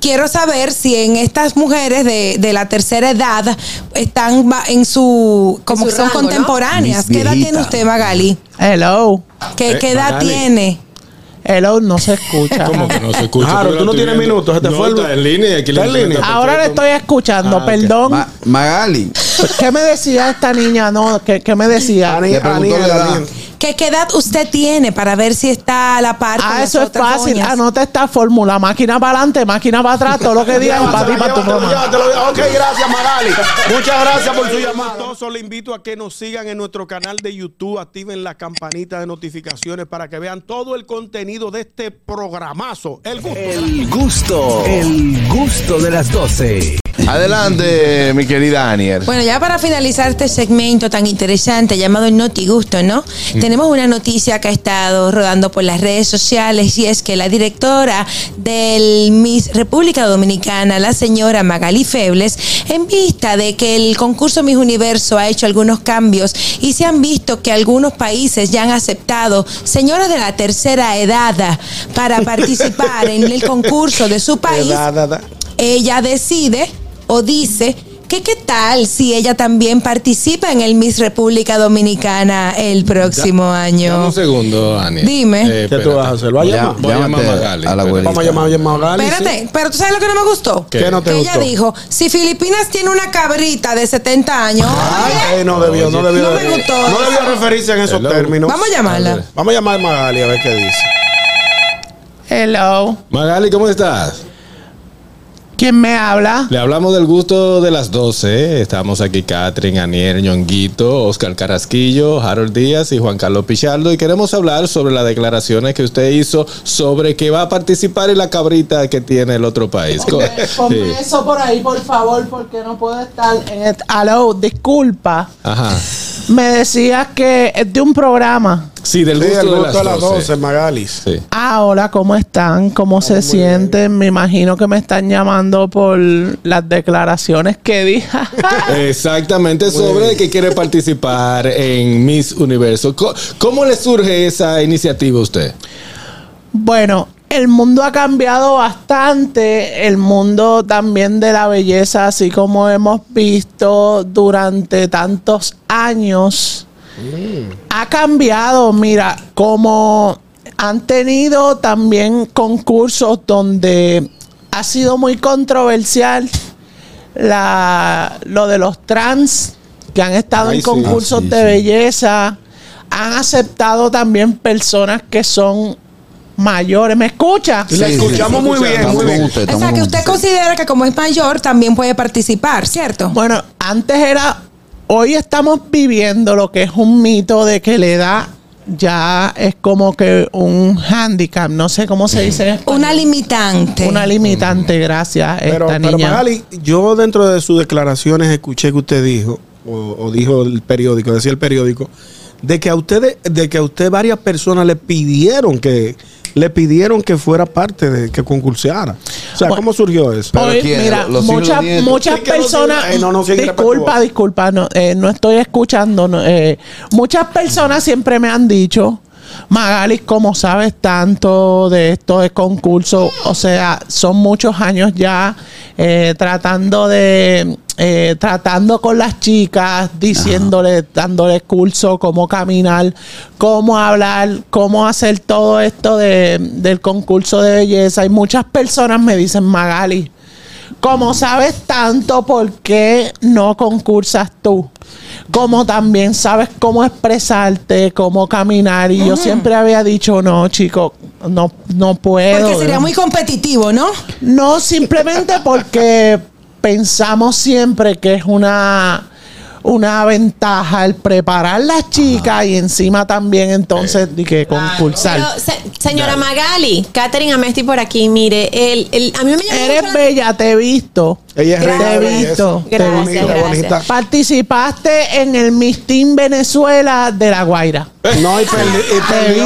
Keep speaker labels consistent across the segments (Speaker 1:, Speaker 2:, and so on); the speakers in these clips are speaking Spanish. Speaker 1: quiero saber si en estas mujeres de, de la tercera edad están va- en su. como
Speaker 2: En su
Speaker 1: son
Speaker 2: rango, ¿no?
Speaker 1: contemporáneas.
Speaker 3: Mis
Speaker 1: ¿Qué edad tiene
Speaker 3: viejitas.
Speaker 1: usted, Magali?
Speaker 4: Hello.
Speaker 1: ¿Qué,
Speaker 5: Eh,
Speaker 1: qué edad
Speaker 5: Magali.
Speaker 1: tiene?
Speaker 4: Hello no se escucha.
Speaker 5: ¿Cómo que no se escucha? Yo
Speaker 6: Claro, tú
Speaker 5: la
Speaker 6: no
Speaker 5: estoy
Speaker 6: tienes
Speaker 5: viendo.
Speaker 6: minutos, se te
Speaker 5: no,
Speaker 6: fue el-
Speaker 5: está en línea. y Aquí
Speaker 6: Está en
Speaker 5: internet
Speaker 6: línea.
Speaker 5: está
Speaker 4: Ahora le
Speaker 5: perfecto.
Speaker 4: estoy escuchando,
Speaker 5: Ah, ok.
Speaker 4: perdón.
Speaker 3: Ma- Magali,
Speaker 4: ¿Qué me decía esta niña? No, ¿qué, qué me decía?
Speaker 5: Ah,
Speaker 6: Ani-
Speaker 3: Le preguntó
Speaker 6: Ani-
Speaker 3: la edad.
Speaker 6: Ani-
Speaker 1: ¿Qué, qué edad usted tiene para ver si está a la par con
Speaker 4: Ah,
Speaker 1: las
Speaker 4: eso es
Speaker 1: otras
Speaker 4: fácil.
Speaker 1: doñas?
Speaker 4: Anota esta fórmula. Máquina para adelante, máquina para atrás. Todo lo que digan para ti, para
Speaker 6: Llévatelo,
Speaker 4: tu
Speaker 6: llévatelo,
Speaker 4: mamá.
Speaker 6: llévatelo, llévatelo. Ok, gracias, Magali. Muchas gracias por su llamada.
Speaker 7: Gustoso, le invito a que nos sigan en nuestro canal de YouTube, activen la campanita de notificaciones para que vean todo el contenido de este programazo. El gusto.
Speaker 8: El gusto, el gusto de las 12.
Speaker 3: adelante, mi querida Anier.
Speaker 1: Bueno, ya para finalizar este segmento tan interesante llamado el Notigusto, ¿no? Tenemos una noticia que ha estado rodando por las redes sociales y es que la directora del Miss República Dominicana, la señora Magali Febles, en vista de que el concurso Miss Universo ha hecho algunos cambios y se han visto que algunos países ya han aceptado señoras de la tercera edad para participar en el concurso de su país ella decide o dice que qué tal si ella también participa en el Miss República Dominicana el próximo
Speaker 5: Dame
Speaker 1: año.
Speaker 5: un segundo, Ani.
Speaker 1: Dime.
Speaker 5: Eh,
Speaker 6: ¿Qué tú vas
Speaker 5: espérate.
Speaker 6: a hacer? ¿Lo vas a
Speaker 3: Ya-
Speaker 6: llamar?
Speaker 5: Voy a llamar a
Speaker 3: llámate
Speaker 5: Magali.
Speaker 3: a la abuelita.
Speaker 6: Vamos a llamar a Magali.
Speaker 1: Espérate, pero tú sabes lo que no me gustó.
Speaker 6: ¿Qué no te
Speaker 1: que ella
Speaker 6: gustó?
Speaker 1: dijo, si Filipinas tiene una cabrita de 70 años,
Speaker 6: Ay, no debió, no debió.
Speaker 1: No me gustó
Speaker 6: No
Speaker 1: eso.
Speaker 6: debió referirse en esos
Speaker 5: Hello.
Speaker 6: términos.
Speaker 1: vamos a llamarla.
Speaker 6: Vamos a llamar a Magali a ver qué dice.
Speaker 4: Hello.
Speaker 5: Magali, ¿cómo estás?
Speaker 4: ¿Quién me habla?
Speaker 5: Le hablamos del gusto de las 12. Estamos aquí Catherine, Anier, Ñonguito, Oscar Carrasquillo, Harold Díaz y Juan Carlos Pichardo. Y queremos hablar sobre las declaraciones que usted hizo sobre que va a participar en la cabrita que tiene el otro país.
Speaker 4: Eh, Ponme
Speaker 5: Sí.
Speaker 4: eso por ahí, por favor, porque no puedo estar en el... Hello, disculpa.
Speaker 5: Ajá.
Speaker 4: Me decías que es de un programa.
Speaker 5: Sí, del
Speaker 6: Sí,
Speaker 5: gusto,
Speaker 6: el gusto
Speaker 5: de las 12.
Speaker 6: Magali.
Speaker 5: Sí.
Speaker 4: Ah, hola, ¿cómo están? ¿Cómo se sienten? Me imagino que me están llamando por las declaraciones que dije.
Speaker 5: Exactamente, sobre que quiere participar en Miss Universo. Co- ¿Cómo le surge esa iniciativa a usted?
Speaker 4: Bueno, el mundo ha cambiado bastante, el mundo también de la belleza, así como hemos visto durante tantos años, ha cambiado, mira, como han tenido también concursos donde ha sido muy controversial la, lo de los trans que han estado
Speaker 5: Ay,
Speaker 4: en
Speaker 5: sí.
Speaker 4: concursos
Speaker 3: Ah, sí,
Speaker 4: de
Speaker 3: sí.
Speaker 4: belleza, han aceptado también personas que son mayores. ¿Me escucha?
Speaker 6: La escuchamos muy bien,
Speaker 3: Estamos
Speaker 6: muy
Speaker 3: con
Speaker 6: bien.
Speaker 3: usted,
Speaker 1: O
Speaker 3: estamos
Speaker 1: sea, que
Speaker 3: con
Speaker 1: usted considera que como es mayor también puede participar, ¿cierto?
Speaker 4: Bueno, antes era, hoy estamos viviendo lo que es un mito de que la edad ya es como que un handicap, no sé cómo se dice. en español.
Speaker 1: Una limitante.
Speaker 4: Una limitante, gracias.
Speaker 6: Pero,
Speaker 4: esta
Speaker 6: pero
Speaker 4: niña.
Speaker 6: Magali, yo dentro de sus declaraciones escuché que usted dijo, o, o dijo el periódico, decía el periódico, de que a ustedes, de que a usted varias personas le pidieron que, le pidieron que fuera parte de, que concurseara. O sea,
Speaker 4: Bueno.
Speaker 6: ¿cómo surgió eso?
Speaker 3: Pero
Speaker 4: Hoy,
Speaker 3: ¿quién?
Speaker 4: mira,
Speaker 3: ¿Los hijos,
Speaker 4: muchas,
Speaker 3: los nietos?
Speaker 4: muchas
Speaker 6: Sí, que los
Speaker 4: personas.
Speaker 6: hijos- eh, no, no, sí,
Speaker 4: disculpa,
Speaker 6: respetuoso.
Speaker 4: disculpa, no, eh, no estoy escuchando. no, eh, muchas personas siempre me han dicho, Magali, como sabes tanto de esto de concurso, o sea, son muchos años ya eh, tratando de. eh, tratando con las chicas, diciéndole, dándole curso, cómo caminar, cómo hablar, cómo hacer todo esto de- del concurso de belleza. Y muchas personas me dicen, Magali, como sabes tanto, ¿por qué no concursas tú? Como también sabes cómo expresarte, cómo caminar. Y yo siempre había dicho, no, chico, no, no puedo.
Speaker 1: Porque sería muy competitivo, ¿no?
Speaker 4: No, simplemente porque pensamos siempre que es una, una ventaja el preparar las chicas y encima también
Speaker 1: Eh,
Speaker 4: entonces de que concursar.
Speaker 2: Pero, se- señora Magali, Catherine Amesti por aquí, mire, el, el- a mí me llamó mucho
Speaker 4: Eres
Speaker 2: la-
Speaker 4: bella, te he visto.
Speaker 6: Ella es reina
Speaker 4: Te
Speaker 6: de
Speaker 4: he
Speaker 6: belleza.
Speaker 4: visto. te he
Speaker 2: Gracias,
Speaker 4: visto.
Speaker 6: Bonita,
Speaker 2: gracias.
Speaker 6: bonita.
Speaker 4: Participaste en el Miss Team Venezuela de La Guaira.
Speaker 6: No, y perdió,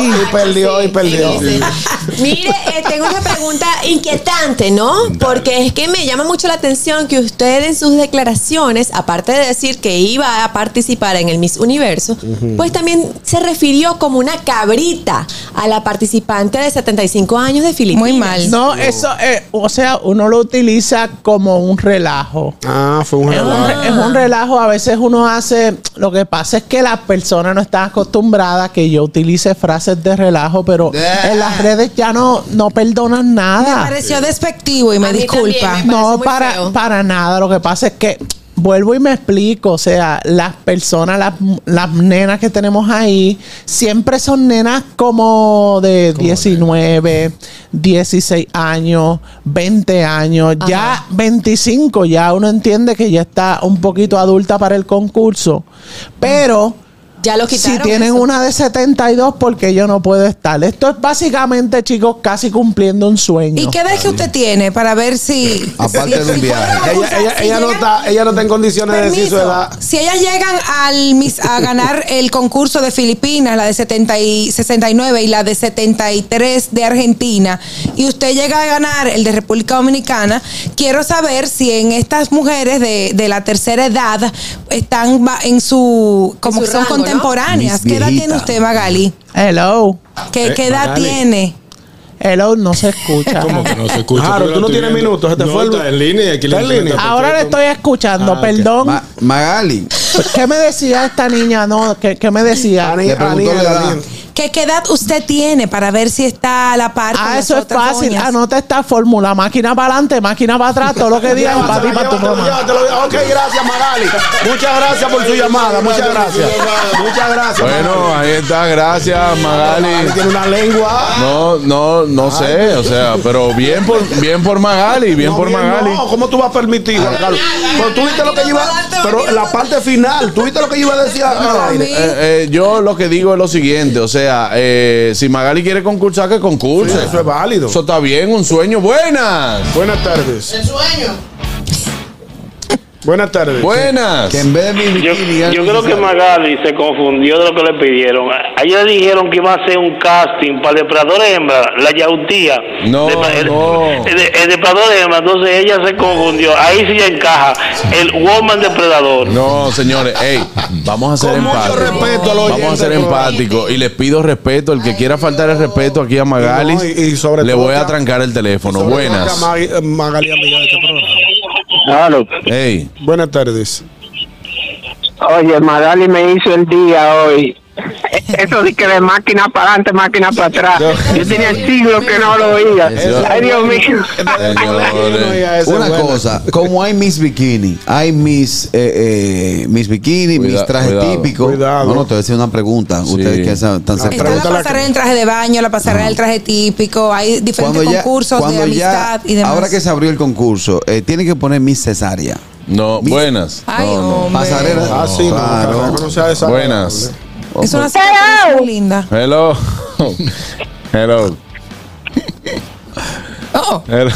Speaker 6: y Eh,
Speaker 4: Eh,
Speaker 6: perdió, y perdió, y perdió.
Speaker 2: Ah, Sí, sí. Mire, eh, tengo una pregunta inquietante, ¿no? Porque es que me llama mucho la atención que usted en sus declaraciones, aparte de decir que iba a participar en el Miss Universo, pues también se refirió como una cabrita a la cantante de 75 años de Filipinas.
Speaker 1: Muy mal.
Speaker 4: No, eso, eh, o sea, uno lo utiliza como un relajo.
Speaker 6: Ah, fue un
Speaker 4: Es un,
Speaker 6: relajo.
Speaker 4: re- es un relajo, a veces uno hace, lo que pasa es que las personas no están acostumbradas a que yo utilice frases de relajo, pero
Speaker 3: Ah.
Speaker 4: en las redes ya no, no perdonan
Speaker 1: Me
Speaker 6: Ah.
Speaker 4: nada.
Speaker 1: pareció despectivo y
Speaker 2: A
Speaker 1: me
Speaker 2: mí
Speaker 1: disculpa.
Speaker 2: también me parece
Speaker 4: No,
Speaker 2: muy
Speaker 4: para,
Speaker 2: feo.
Speaker 4: para nada, lo que pasa es que vuelvo y me explico, o sea, las personas, las, las nenas que tenemos ahí, siempre son nenas como de 19, 16 años, 20 años, ya 25, ya uno entiende que ya está un poquito adulta para el concurso, pero...
Speaker 2: Ya lo quitaron.
Speaker 4: Si
Speaker 2: eso.
Speaker 4: tienen una de 72, porque yo no puedo estar. Esto es básicamente, chicos, casi cumpliendo un sueño.
Speaker 1: ¿Y qué edad es que usted tiene para ver si...
Speaker 3: Aparte
Speaker 1: si-
Speaker 3: de un
Speaker 1: si
Speaker 3: viaje.
Speaker 1: fueron a
Speaker 6: Ella,
Speaker 1: acusar-
Speaker 6: ella-
Speaker 1: si
Speaker 6: ella no
Speaker 1: llegan-
Speaker 6: está, ella no está en condiciones de decir su
Speaker 1: Permiso.
Speaker 6: edad.
Speaker 1: Si ellas llegan al mis- a ganar el concurso de Filipinas, la de 70 y 69 y la de 73 de Argentina, y usted llega a ganar el de República Dominicana, quiero saber si en estas mujeres de, de la tercera edad están va- en su como
Speaker 2: En su
Speaker 1: que son
Speaker 2: rango, ¿no?
Speaker 1: contemporáneas.
Speaker 3: Mis
Speaker 1: ¿Qué edad
Speaker 3: viejitas.
Speaker 1: tiene usted, Magali?
Speaker 4: Hello.
Speaker 1: ¿Qué,
Speaker 5: Eh,
Speaker 1: qué edad
Speaker 5: Magali.
Speaker 1: tiene?
Speaker 4: Hello, no se escucha.
Speaker 5: ¿Cómo que no se escucha?
Speaker 6: Claro,
Speaker 5: Porque
Speaker 6: tú no
Speaker 5: estoy
Speaker 6: tienes
Speaker 5: viendo.
Speaker 6: minutos, se te
Speaker 5: No,
Speaker 6: fue el-
Speaker 5: está en línea. Aquí
Speaker 6: Está en línea.
Speaker 4: Ahora le estoy escuchando,
Speaker 5: Ah, ok.
Speaker 4: perdón.
Speaker 3: Ma- Magali,
Speaker 4: ¿Qué me decía esta niña? No, ¿qué, qué me decía?
Speaker 6: Ani-
Speaker 3: le preguntó
Speaker 6: Aniel,
Speaker 3: la edad.
Speaker 6: Aniel.
Speaker 1: ¿Qué, qué edad usted tiene para ver si está a la par con
Speaker 4: Ah,
Speaker 1: las
Speaker 4: eso es
Speaker 1: otras
Speaker 4: fácil.
Speaker 1: doñas?
Speaker 4: Anota esta fórmula. Máquina para adelante, máquina para atrás. Todo lo que digas, para ti, para tu
Speaker 6: Llévatelo,
Speaker 4: mamá.
Speaker 6: llévatelo, llévatelo. Ah, Ok, gracias, Magali. Muchas gracias por su llamada. Muchas gracias. Muchas gracias.
Speaker 3: Bueno, ahí está, gracias
Speaker 6: Magali
Speaker 3: Magali.
Speaker 6: tiene una lengua.
Speaker 3: No, no, no sé, o sea, pero bien por, bien por Magali, bien
Speaker 6: No,
Speaker 3: por
Speaker 6: bien,
Speaker 3: Magali.
Speaker 6: No, ¿cómo tú vas a permitir, Juan Carlos? Pero tú viste lo que yo iba. Pero la parte final, tú viste lo que yo iba a decir. Ah,
Speaker 1: Magali.
Speaker 3: Eh, eh, yo lo que digo es lo siguiente, o sea, eh, si Magali quiere concursar, que concurse.
Speaker 6: Sí, eso es válido.
Speaker 3: Eso está bien, un sueño. Buenas,
Speaker 6: Buenas tardes. El sueño. Buenas tardes.
Speaker 3: buenas.
Speaker 8: Que en vez de mi
Speaker 9: Yo,
Speaker 8: bikini, ya
Speaker 9: yo
Speaker 8: no
Speaker 9: creo que
Speaker 8: se-
Speaker 9: Magali se confundió de lo que le pidieron. Ayer le dijeron que iba a hacer un casting para el depredador hembra, la yautía.
Speaker 3: No,
Speaker 9: el,
Speaker 3: no.
Speaker 9: El, el depredador hembra, entonces ella se confundió. Ahí sí ya encaja. El woman depredador.
Speaker 3: No, señores, ey, vamos a ser
Speaker 6: Con mucho
Speaker 3: empáticos.
Speaker 6: respeto a los
Speaker 3: vamos a
Speaker 6: oyentes
Speaker 3: ser
Speaker 6: del programa.
Speaker 3: empáticos. Y les pido respeto. El que quiera faltar el respeto aquí a Magali,
Speaker 6: No, y- y sobre
Speaker 3: le
Speaker 6: todo
Speaker 3: voy
Speaker 6: que
Speaker 3: a
Speaker 6: a-
Speaker 3: trancar el teléfono. Buenas.
Speaker 6: Mag- eh, Magali, amiga de este programa.
Speaker 9: Claro.
Speaker 3: Ey,
Speaker 6: Buenas tardes.
Speaker 10: Oye, Magali me hizo el día hoy. E-, Eso de que de máquina para adelante, máquina para atrás. Yo tenía siglo que no lo oía.
Speaker 3: Eso-
Speaker 10: Ay, Dios mío.
Speaker 3: señores.
Speaker 6: Esa es
Speaker 8: Una
Speaker 6: buena.
Speaker 8: cosa, como hay mis bikini, hay mis eh, eh, mis bikini,
Speaker 3: Cuida-
Speaker 8: mis trajes
Speaker 3: cuidado.
Speaker 8: típicos.
Speaker 6: Cuidado.
Speaker 8: No, no, te voy a hacer una pregunta. Ustedes que saben, tan
Speaker 1: Está
Speaker 6: Está
Speaker 8: cerca.
Speaker 1: la
Speaker 6: Pregúntale
Speaker 1: pasarela
Speaker 6: a-
Speaker 1: en traje de baño, la pasarela del traje típico, hay diferentes concursos de amistad y demás.
Speaker 8: ahora que se abrió el concurso, eh, tienen que poner mis cesárea.
Speaker 3: No,
Speaker 8: Mis-
Speaker 3: buenas.
Speaker 1: Ay,
Speaker 3: No, no.
Speaker 1: hombre.
Speaker 8: Pasarela.
Speaker 6: Ah, sí, no,
Speaker 8: Claro.
Speaker 6: carajo, no sea desagradable.
Speaker 3: Buenas.
Speaker 1: Es una señora muy linda.
Speaker 3: Hello. Hello.
Speaker 1: Oh,
Speaker 3: Hello.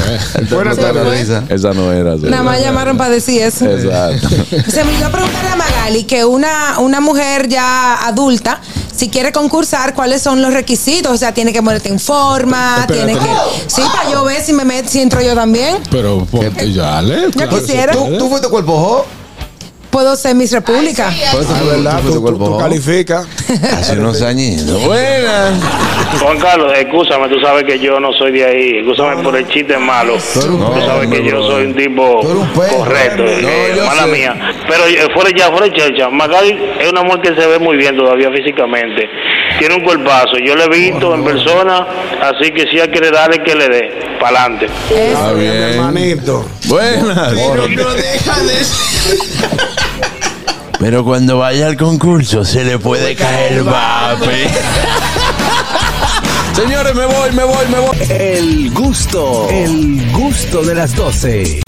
Speaker 6: Buenas tardes.
Speaker 8: Risa.
Speaker 3: Esa no era. sí.
Speaker 1: nada más llamaron para decir eso.
Speaker 3: Exacto.
Speaker 1: Se me iba a preguntar a Magali que una, una mujer ya adulta, si quiere concursar, ¿cuáles son los requisitos? O sea, tiene que ponerte en forma,
Speaker 5: Espérate.
Speaker 1: tiene que... Sí, para yo ver si me met- si entro yo también.
Speaker 5: Pero ponte ya, le.
Speaker 1: Yo quisiera.
Speaker 8: ¿Tú, tú fuiste cuerpo jo?
Speaker 1: Puedo ser Miss República.
Speaker 8: Pues,
Speaker 6: Ah,
Speaker 8: tú-
Speaker 6: ¿verdad?
Speaker 8: tú
Speaker 6: Tú,
Speaker 8: fuiste
Speaker 6: tú-
Speaker 8: cuerpo
Speaker 6: tú
Speaker 8: jo.
Speaker 6: calificas.
Speaker 3: Hace unos añitos. Buenas.
Speaker 9: Juan Carlos, escúchame, tú sabes que yo no soy de ahí. Escúchame por el chiste malo.
Speaker 8: Tú eres un
Speaker 9: tú
Speaker 8: perro,
Speaker 9: sabes que
Speaker 3: hombre,
Speaker 9: yo
Speaker 3: bro.
Speaker 9: soy un tipo
Speaker 8: Tú eres un perro.
Speaker 9: correcto,
Speaker 3: No,
Speaker 9: eh,
Speaker 3: yo
Speaker 9: mala
Speaker 3: sé.
Speaker 9: mía. Pero eh, fuera ya, fuera de chelcha. Magali es una mujer que se ve muy bien todavía físicamente. Tiene un cuerpazo. Yo le he visto en persona, así que si hay que darle, que le dé. Para adelante.
Speaker 3: Está
Speaker 6: Mi
Speaker 3: bien.
Speaker 6: hermanito.
Speaker 3: Buenas. Pero cuando vaya al concurso se le puede caer el vape. Señores, me voy, me voy, me voy.
Speaker 8: El gusto, el gusto de las 12.